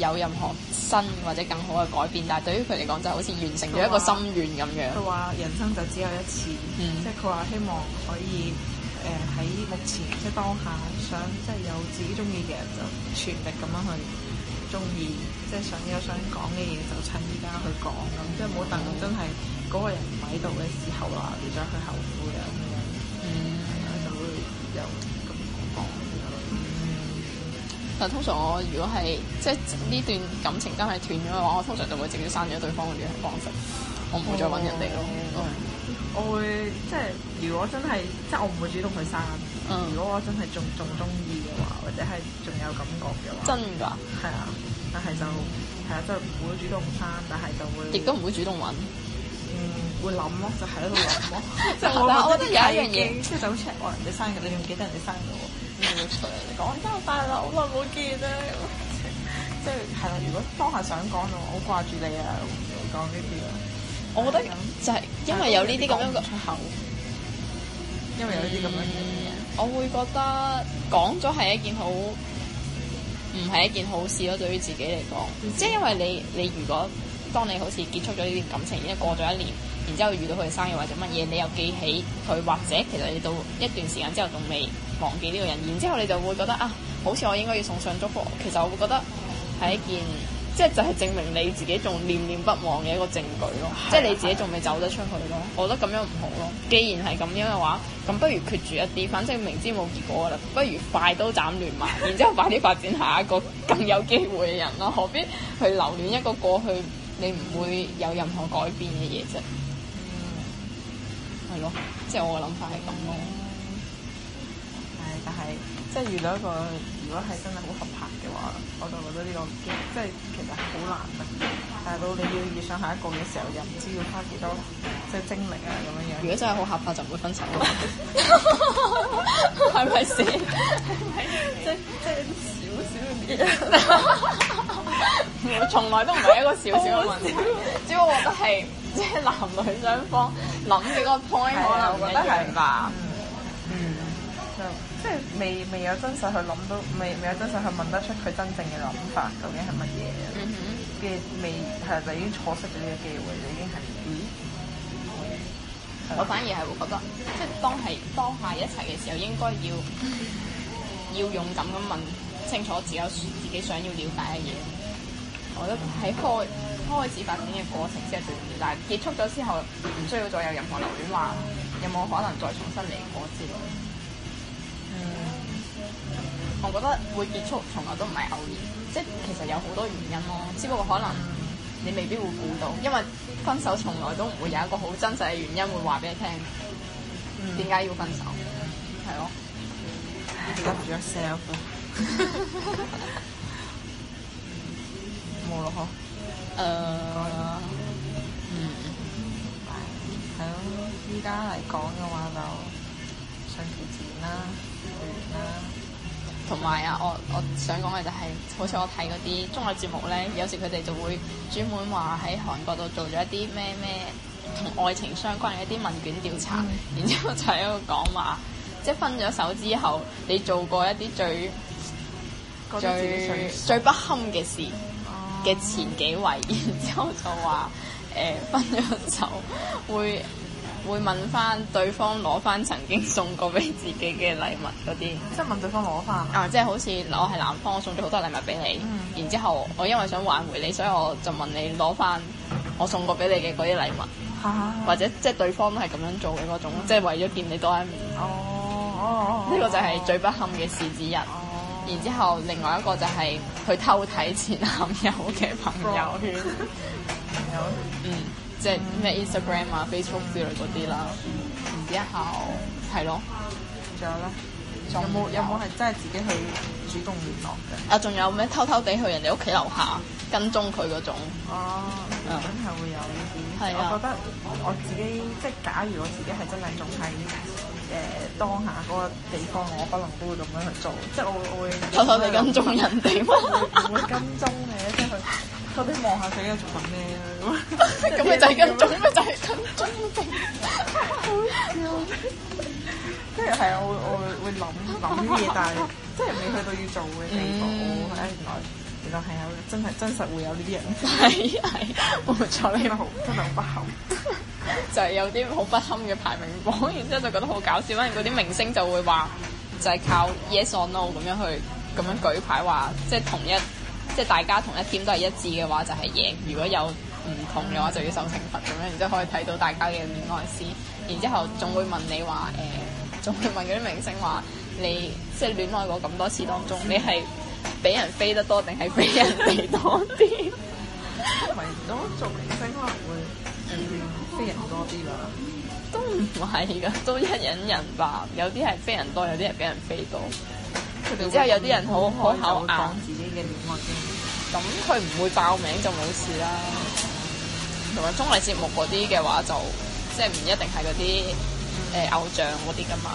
Speaker 1: 有任何新或者更好嘅改變，但係對於佢嚟講就好似完成咗一個心願咁
Speaker 2: 佢
Speaker 1: 樣。
Speaker 2: 話人生就只有一次，
Speaker 1: 嗯
Speaker 2: 即係佢話希望可以誒喺、目前即係當下想即係有自己中意嘅人就全力咁樣去中意，即係想有想講嘅嘢就趁依家去講咁，即係唔好等到真係嗰個人唔喺度嘅時候啦，你再去後悔啊咁樣，
Speaker 1: 嗯，
Speaker 2: 係啊就會有咁講
Speaker 1: 但通常我如果係即係呢段感情真係斷咗嘅話，我通常就會直接刪咗對方嘅聯繫方式，我唔會再揾人哋咯。
Speaker 2: 哦我會即係如果真係即係我唔會主動去刪，
Speaker 1: 嗯
Speaker 2: 如果我真係仲仲中意嘅話，或者係仲有感覺嘅話。
Speaker 1: 真㗎，
Speaker 2: 係啊，但係就係啊，就唔會主動生，但係就會
Speaker 1: 亦都唔會主動揾。
Speaker 2: 嗯會諗咯，就喺度諗 咯。即
Speaker 1: 但
Speaker 2: 係
Speaker 1: 係我
Speaker 2: 我
Speaker 1: 覺
Speaker 2: 覺
Speaker 1: 得
Speaker 2: 得
Speaker 1: 有
Speaker 2: 有
Speaker 1: 一樣
Speaker 2: 一樣
Speaker 1: 嘢
Speaker 2: 嘢，即係就好似我人哋生日，你仲記得人哋生日喎？你就會同人 哋講我生日快樂，好耐冇見啦。即係係啦，如果當下想講就話我好掛住你啊，會講呢啲咯。啊
Speaker 1: 我覺得就係啊因為有呢啲咁樣
Speaker 2: 講唔
Speaker 1: 嘅。
Speaker 2: 出口，因為有呢啲咁樣嘅嘢。
Speaker 1: 啊我會覺得講咗係一件好唔係一件好事咯，對於自己嚟講，即係因為你你如果當你好似結束咗呢段感情，然之後過咗一年，然之後遇到佢嘅生日或者乜嘢，你又記起佢，或者其實你到一段時間之後仲未忘記呢個人，然之後你就會覺得啊，好似我應該要送上祝福，其實我會覺得係一件。即係就係證明你自己仲念念不忘嘅一個證據咯，即係你自己仲未走得出去咯。我覺得咁樣唔好咯。既然係咁樣嘅話，咁不如決絕一啲，反正明知冇結果㗎啦，不如快刀斬亂麻，然之後快啲發展下一個更有機會嘅人咯。何必去留戀一個過去你唔會有任何改變嘅嘢啫？嗯係咯，即係我嘅諗法係咁咯。
Speaker 2: 哦係，但係即係遇到一個如果係真係好合拍嘅話，我就覺得呢個機即係其實好難得。但係到你要遇上下一個嘅時候，又唔知要花幾多即係精力啊咁樣樣。
Speaker 1: 如果真係好合拍，就唔會分手啦， 係咪先？
Speaker 2: 即即係少少嘅嘢，
Speaker 1: 我從來都唔係一個少少嘅問題，只不過我覺得係 即係男女雙方諗嘅嗰個 point 可能唔一樣吧。
Speaker 2: 嗯就即係未未有真實去諗到，未未有真實去問得出佢真正嘅諗法究竟係乜嘢
Speaker 1: 嗯
Speaker 2: 嘅，未係就已經錯失咗呢個機會，就已經係咦
Speaker 1: 我反而係會覺得，即係當係當下一齊嘅時候，應該要要勇敢咁問清楚自己有自己想要了解嘅嘢。我覺得喺開開始發展嘅過程先係最重要，但係結束咗之後，唔需要再有任何留戀話有冇可能再重新嚟過之類。
Speaker 2: 嗯
Speaker 1: 我覺得會結束從來都唔係偶然，即係其實有好多原因咯，只不過可能你未必會估到，因為分手從來都唔會有一個好真實嘅原因會話俾你聽。
Speaker 2: 嗯
Speaker 1: 點解要分手？係咯，
Speaker 2: love yourself 啊冇咯嗬。
Speaker 1: 誒、嗯，
Speaker 2: 係咯，依家嚟講嘅話就順其自然啦，自然啦。
Speaker 1: 同埋啊，我我想講嘅就係、好似我睇嗰啲綜藝節目咧，有時佢哋就會專門話喺韓國度做咗一啲咩咩同愛情相關嘅一啲問卷調查，然之後就喺度講話，即係分咗手之後，你做過一啲最
Speaker 2: 覺得自
Speaker 1: 最
Speaker 2: 己最哦
Speaker 1: 最不堪嘅事嘅前幾位， 然之後就話誒、分咗手會 會問翻對方攞翻曾經送過俾自己嘅禮物嗰啲。
Speaker 2: 即係問對方攞翻。
Speaker 1: 啊，即係好似我係男方，我送咗好多禮物俾你，
Speaker 2: 嗯
Speaker 1: 然之後我因為想挽回你，所以我就問你攞翻我送過俾你嘅嗰啲禮物，
Speaker 2: 嚇
Speaker 1: 或者即係對方都係咁樣做嘅嗰種，即係為咗見你多一面。
Speaker 2: 哦哦哦，
Speaker 1: 呢個就係最不堪嘅事之一。
Speaker 2: 哦
Speaker 1: 然之後另外一個就係去偷睇前男友嘅朋友圈，
Speaker 2: 朋友
Speaker 1: 嗯，即係咩 Instagram 啊、Facebook 之類嗰啲啦。然之後係咯，
Speaker 2: 仲有咧，有
Speaker 1: 仲
Speaker 2: 冇有冇係真係自己去主動聯絡嘅？
Speaker 1: 啊？仲有咩偷偷地去人哋屋企樓下跟蹤佢嗰種？
Speaker 2: 哦，
Speaker 1: 嗯
Speaker 2: 真係會有呢啲。
Speaker 1: 係啊
Speaker 2: 我覺得我自己即係假如我自己係真係仲喺誒當下嗰個地方，我可能都會咁樣去做，即係我我會
Speaker 1: 偷偷地跟蹤人哋
Speaker 2: 唔會
Speaker 1: 嗎？
Speaker 2: 跟蹤嘅，即係佢偷啲望下佢喺度做緊咩啊咁樣。
Speaker 1: 咁咪就係跟蹤，咪就係跟蹤症。
Speaker 2: 跟住係我會我會會諗諗啲嘢，但係即係未去到要做嘅地步。
Speaker 1: 嗯
Speaker 2: 唉，原來原來係有真係真實會有呢啲人，
Speaker 1: 係係， 冇錯，你
Speaker 2: 真係好真係好不幸。
Speaker 1: 就係有啲好不堪嘅排名榜， 然之後就覺得好搞笑，因為嗰啲明星就會話就係靠 yes or no 咁樣去咁樣舉牌話，即係同一即係大家同一 team 都係一致嘅話就係贏，如果有唔同嘅話就要受懲罰咁樣，然之後可以睇到大家嘅戀愛史，然之後仲會問你話誒，仲、會問嗰啲明星話你即係戀愛過咁多次當中，你係俾人飛得多定係俾人哋多啲？
Speaker 2: 唔係，如果做明星可能會嗯飛人多啲啦。
Speaker 1: 都唔係噶， 都一人人吧。有啲係飛人多，有啲係俾人飛多。
Speaker 2: 佢
Speaker 1: 然之後有啲人好好口
Speaker 2: 講
Speaker 1: 硬，
Speaker 2: 自己嘅戀愛經歷，
Speaker 1: 咁佢唔會爆名就冇事啦。同埋綜藝節目嗰啲嘅話就，即係唔一定係嗰啲誒偶像嗰啲噶嘛。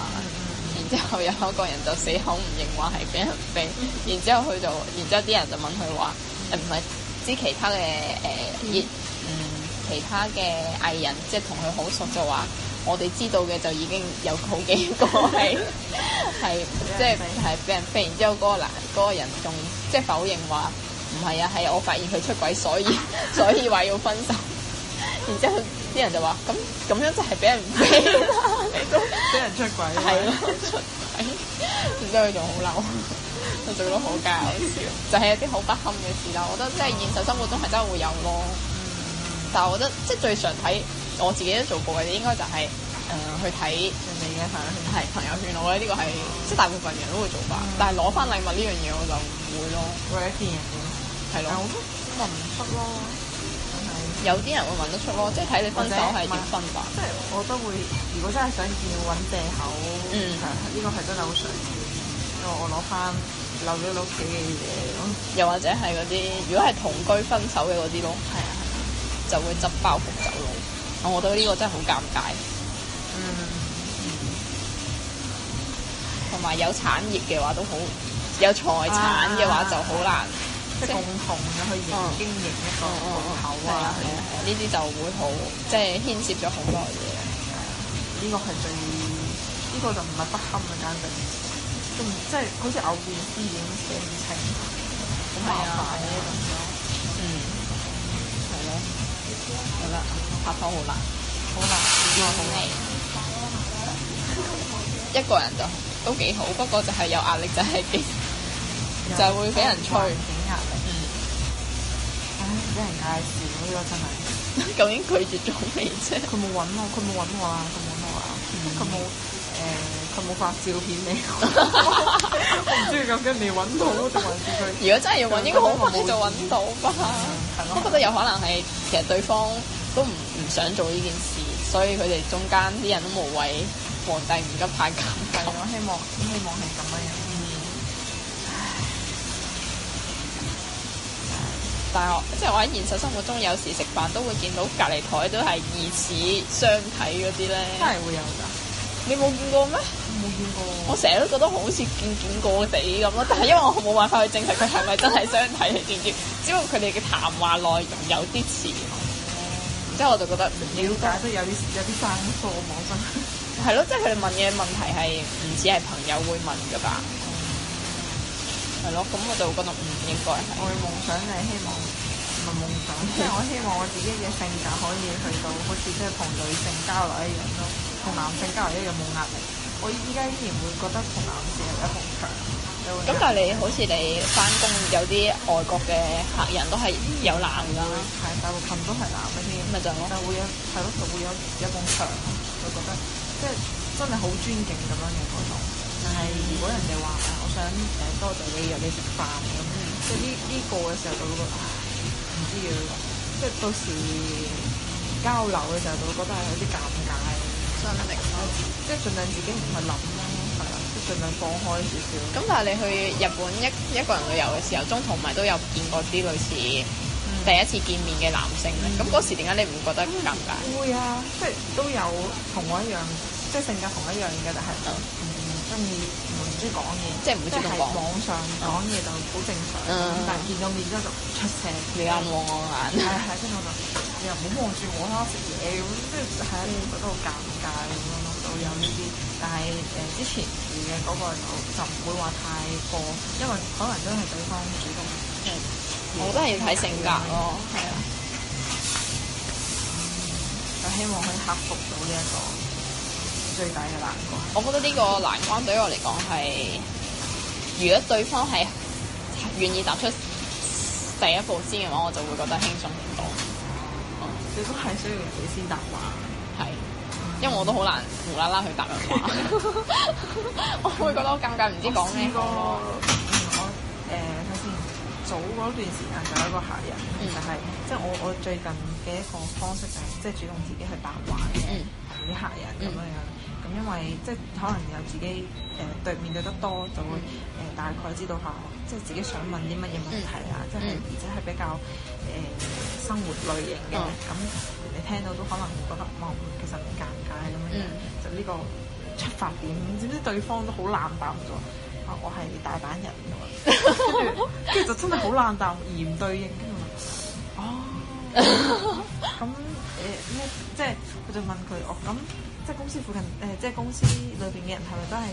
Speaker 1: 然之後有一個人就死口唔認話係俾人飛，然之後佢就，然之後啲人就問佢話誒唔係知其他嘅誒熱嗯其他嘅藝人，即係同佢好熟就話。我哋知道嘅就已經有好幾個係係即係係俾人飛，然之後嗰個男嗰個人仲即係否認話唔係啊，係我發現佢出軌，所以 所以話要分手。然之後啲人就話：咁咁樣就係俾人飛啦，你都
Speaker 2: 俾人出軌。
Speaker 1: 係咯出軌。然之後佢仲好嬲，佢做到好搞笑，就係一啲好不堪嘅事啦。我覺得即係現實生活中係真係會有咯。嗯但係我覺得即係最常睇我自己都做過嘅，應該就係、誒、去睇。嗯
Speaker 2: 人哋嘅朋友圈
Speaker 1: 係啊朋友圈，我覺得呢個係即係大部分人都會做吧。但係攞翻禮物呢樣嘢我就唔會咯，
Speaker 2: 或者見人哋，
Speaker 1: 係
Speaker 2: 但係
Speaker 1: 咯
Speaker 2: 我。都問唔出咯，真係。
Speaker 1: 哦有啲人會問得出咯，即係睇你分手係點分吧。
Speaker 2: 即係我都會，如果真係想見，要揾藉口。
Speaker 1: 嗯
Speaker 2: 係啊呢個係真係好想見。因為我攞翻留咗你屋企嘅嘢，咁
Speaker 1: 又或者係嗰啲如果係同居分手嘅嗰啲咯，係啊，就會執包袱走咯。我覺得呢個真係好尷尬，
Speaker 2: 嗯，
Speaker 1: 同埋有產業嘅話都好，有財產嘅話就好難。
Speaker 2: 即係共同嘅去營
Speaker 1: 嗯
Speaker 2: 經營一個戶口
Speaker 1: 係
Speaker 2: 啊
Speaker 1: 啊，係啊，呢啲就會好即係牽涉咗好多嘢。
Speaker 2: 呢個係最呢個就唔係不堪嘅，簡直都唔即係好似偶然之已經寫唔清，好
Speaker 1: 啊
Speaker 2: 麻煩嘅一種咯。
Speaker 1: 嗯，係咯，覺得拍拖好難。
Speaker 2: 好難，呢個好 難。
Speaker 1: 一個人就都幾好，不過就係有壓力，就係幾 就係會俾人催。
Speaker 2: 幾壓力。唉，嗯俾人介紹呢個真係，
Speaker 1: 究竟拒絕咗未啫？
Speaker 2: 佢冇揾我，佢冇揾我啊，佢冇揾我啊，佢冇誒，佢冇發照片俾我。 我唔知佢究竟未揾到定還是佢。
Speaker 1: 如果真係要揾，應該好快就揾到 吧。我覺得有可能係其實對方都唔唔想做呢件事，所以佢哋中間啲人都無謂皇帝唔急太監
Speaker 2: 係
Speaker 1: 咁。
Speaker 2: 我希望希望係咁樣。
Speaker 1: 但係我即係我喺現實生活中有時食飯都會見到隔離台都係疑似相睇嗰啲咧，
Speaker 2: 真係會有㗎，
Speaker 1: 你冇見過咩？
Speaker 2: 冇冇見過。
Speaker 1: 我成日都覺得好似見見過地咁咯，但係因為我冇辦法去證實佢係咪真係相睇，你知唔知？只不過佢哋嘅談話內容有啲似，然之後我就覺得
Speaker 2: 了解都有啲有啲生疏，我真係。
Speaker 1: 係咯，即係佢哋問嘅問題係唔似係朋友會問噶吧？係咯，咁我就覺得唔應該係。
Speaker 2: 我嘅夢想就係希望，唔係夢想，即係我希望我自己嘅性格可以去到好似即係同女性交流一樣咯，同男性交流一樣冇壓力。我依家依然會覺得同男士有一埲牆，有一
Speaker 1: 咁但係你好似你翻工有啲外國嘅客人都係有男㗎，
Speaker 2: 係大部分都係男嘅添，
Speaker 1: 咪就係咯
Speaker 2: 就會有係咯，就會有有埲牆咯，就覺得即係真係好尊敬咁樣嘅嗰種。但係如果人哋話誒，我想誒多謝你約你食飯咁，即係呢呢個嘅時候就會覺得唉唔知要，即係到時交流嘅時候就會覺得係有啲尷尬。真係，即係盡量自己唔去諗咯，係啦，即係盡量放開少少。
Speaker 1: 咁但係你去日本一一個人旅遊嘅時候，中途咪都有見過啲類似
Speaker 2: 嗯
Speaker 1: 第一次見面嘅男性咧。咁嗰時點解你唔覺得尷尬？
Speaker 2: 會啊，即係都有同我一樣，即係性格同我一樣嘅，但係就唔中意唔中意講嘢，
Speaker 1: 即係唔會主動講
Speaker 2: 喺網上講嘢就好正常，
Speaker 1: 嗯
Speaker 2: 但係見到面之後就出聲。
Speaker 1: 你眼望我
Speaker 2: 係
Speaker 1: 眼，
Speaker 2: 係，跟住我就你又唔好望住我啦，食嘢咁，即係係啊，覺得好尷尬咁樣咯，都有呢啲。但係誒之前遇嘅嗰個就就唔會話太過，因為可能真係對方主動即係。
Speaker 1: 我都係要睇性格
Speaker 2: 哦
Speaker 1: 咯，係啊。
Speaker 2: 就希望可以克服到呢一個最大嘅難關。
Speaker 1: 我覺得呢個難關對於我嚟講係，如果對方係願意踏出第一步先嘅話，我就會覺得輕鬆好多。
Speaker 2: 哦你都係需要人哋先答話。
Speaker 1: 係，因為我都好難無啦啦去答人話， 我會覺得好尷尬，唔知講咩
Speaker 2: 試過，
Speaker 1: 好咯。
Speaker 2: 嗯我誒睇先，早嗰段時間就有一個客人，
Speaker 1: 嗯
Speaker 2: 就係即係我我最近嘅一個方式就係即係主動自己去答話嘅
Speaker 1: 嗯
Speaker 2: 啲客人咁樣樣。咁因為即係可能有自己誒、對面對得多，就會誒、大概知道下即係自己想問啲乜嘢問題啊，即係
Speaker 1: 嗯
Speaker 2: 而且係比較誒、生活類型嘅，
Speaker 1: 嗯
Speaker 2: 咁、你聽到都可能會覺得哇，其實唔尷尬咁樣樣，
Speaker 1: 嗯
Speaker 2: 就呢個出發點，知唔知對方都好冷淡咗？啊，我係大阪人㗎嘛，跟住跟住就真係好冷淡，而唔對應，跟住我就哦，咁誒咩？即係我就問佢，哦咁即係公司附近誒、即係公司裏邊嘅人係咪都係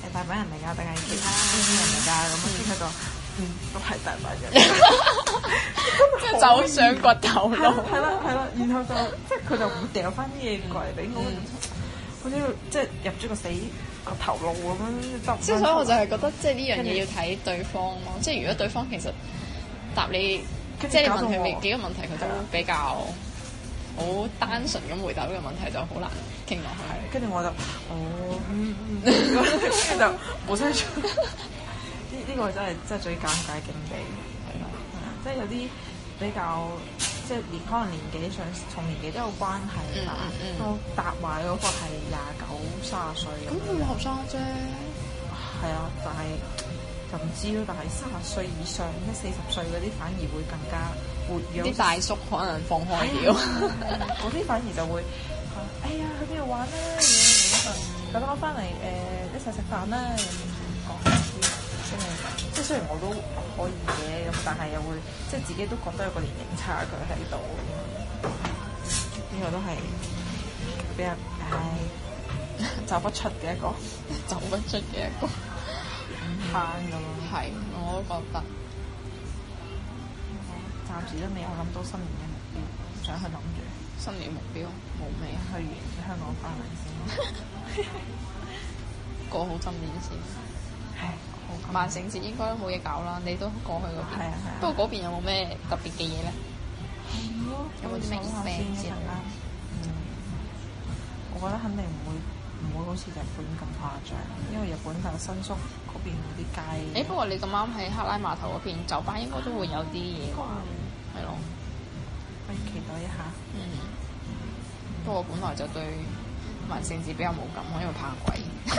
Speaker 2: 誒大阪人嚟㗎，定係其他人嚟㗎？咁跟住佢就話嗯都係大阪人。
Speaker 1: 即係走上個頭
Speaker 2: 係啦
Speaker 1: 路。
Speaker 2: 係啦係啦，然後就即係佢就會掉翻啲嘢過嚟俾我，好似即係入咗個死個頭路咁樣得。
Speaker 1: 之所以我就係覺得即係呢樣嘢要睇對方咯，即係如果對方其實答你，
Speaker 2: 跟住
Speaker 1: 即係你
Speaker 2: 搞
Speaker 1: 問
Speaker 2: 到
Speaker 1: 佢
Speaker 2: 我
Speaker 1: 未幾個問題，佢就比較好單純咁回答呢個問題，就好難傾落去。
Speaker 2: 跟住我就哦，嗯嗯跟住就冇聲出。呢呢個真係真係最尷尬嘅境地，
Speaker 1: 係咯。
Speaker 2: 係啊即係有啲比較即係年可能年紀上同年紀都有關係啦
Speaker 1: 嗯嗯嗯。
Speaker 2: 我答話嗰個係廿九卅歲咁
Speaker 1: 咁
Speaker 2: 樣。
Speaker 1: 佢後生啫，
Speaker 2: 係啊，但係就唔知咯。但係三十歲以上，即係四十歲嗰啲，反而會更加活躍。
Speaker 1: 啲大叔可能放開
Speaker 2: 係
Speaker 1: 了
Speaker 2: 啊。 嗰啲反而就會，哎呀，去邊度玩啦？咁樣咁我翻嚟誒呃一齊食飯啦。咁講即係即係雖然我都可以嘅，咁但係又會即係自己都覺得有個年齡差距喺度。呢個都係比較唉走不出嘅一個
Speaker 1: 走不出嘅一個。
Speaker 2: 坑咁咯。
Speaker 1: 係，我都覺得。
Speaker 2: 暫時都未有諗到新年嘅目標，唔想去諗住，
Speaker 1: 新年目標冇咩啊，
Speaker 2: 去完香港翻嚟先咯。
Speaker 1: 過好今年先。
Speaker 2: 係，好咁
Speaker 1: 萬聖節應該都冇嘢搞啦，你都過去嗰邊。
Speaker 2: 係啊係啊
Speaker 1: 不過嗰邊有冇咩特別嘅嘢咧？
Speaker 2: 有冇啲咩 event 先啦？嗯，我覺得肯定唔會唔會好似日本咁誇張，因為日本就新宿嗰邊嗰啲
Speaker 1: 誒、
Speaker 2: 街。
Speaker 1: 不過你咁啱喺克拉碼頭嗰邊酒吧，應該都會有啲嘢玩，係咯。
Speaker 2: 可以期待一下。
Speaker 1: 嗯。不過本來就對埋政治比較冇感，我因為怕鬼。
Speaker 2: 呢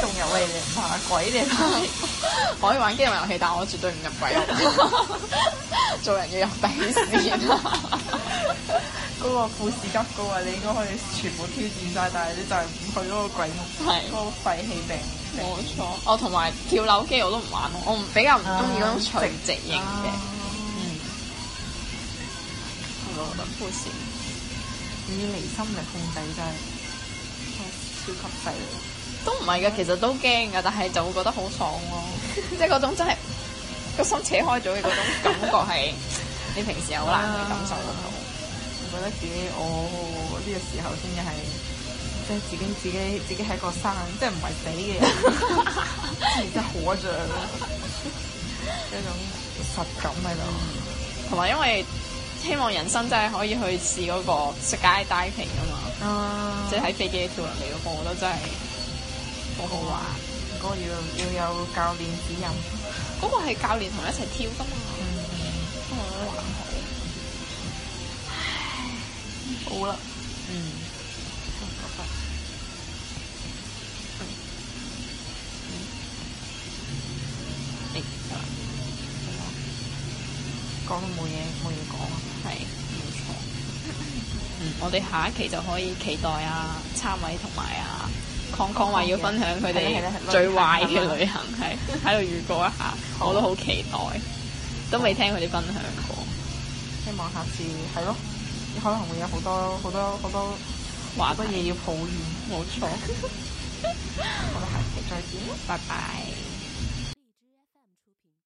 Speaker 2: 仲有你你唔怕鬼你啊怕？
Speaker 1: 我可以玩機動遊戲，但我絕對唔入鬼 屋。做人要有底線啊！
Speaker 2: 嗰個富士急嗰個，你應該可以全部挑戰晒，但係你就係唔去嗰個鬼屋，
Speaker 1: 係
Speaker 2: 嗰個廢氣病。
Speaker 1: 冇錯，我同埋跳樓機我都唔玩，我唔比較唔中意嗰種垂啊直型嘅。嗯，我覺得膚淺。
Speaker 2: 以離心力控制真係超級犀利。
Speaker 1: 都唔係嘅，其實都驚嘅，但係就會覺得好爽 咯、即係嗰種真係個心扯開咗嘅嗰種感覺係，你平時好難去感受得到。
Speaker 2: 我覺得自己我呢個時候先至係即係自己自己自己係一個生，即係唔係死嘅人， 即係活着一種實感喺度。
Speaker 1: 同埋因為希望人生真係可以去試嗰個 sky diving 啊嘛，
Speaker 2: 啊
Speaker 1: 即係喺飛機跳落嚟嗰個，我覺得真係好好玩。
Speaker 2: 嗰個要要有教練指引。
Speaker 1: 嗰、個係教練同我一齊跳噶嘛，我覺得還好。
Speaker 2: 好啦，
Speaker 1: 誒
Speaker 2: 講到冇嘢冇嘢講啊！
Speaker 1: 係冇錯。嗯，我哋下一期就可以期待啊，參偉同埋啊康康話要分享佢哋
Speaker 2: 係啦係啦
Speaker 1: 最壞嘅旅行，係喺度預告一下，我都好期待，都未聽佢哋分享過，
Speaker 2: 希望下次係咯，可能會有好多好多好多
Speaker 1: 話
Speaker 2: 好多
Speaker 1: 題
Speaker 2: 嘢要抱怨。
Speaker 1: 冇錯，
Speaker 2: 我哋下期再見啦！
Speaker 1: 拜拜。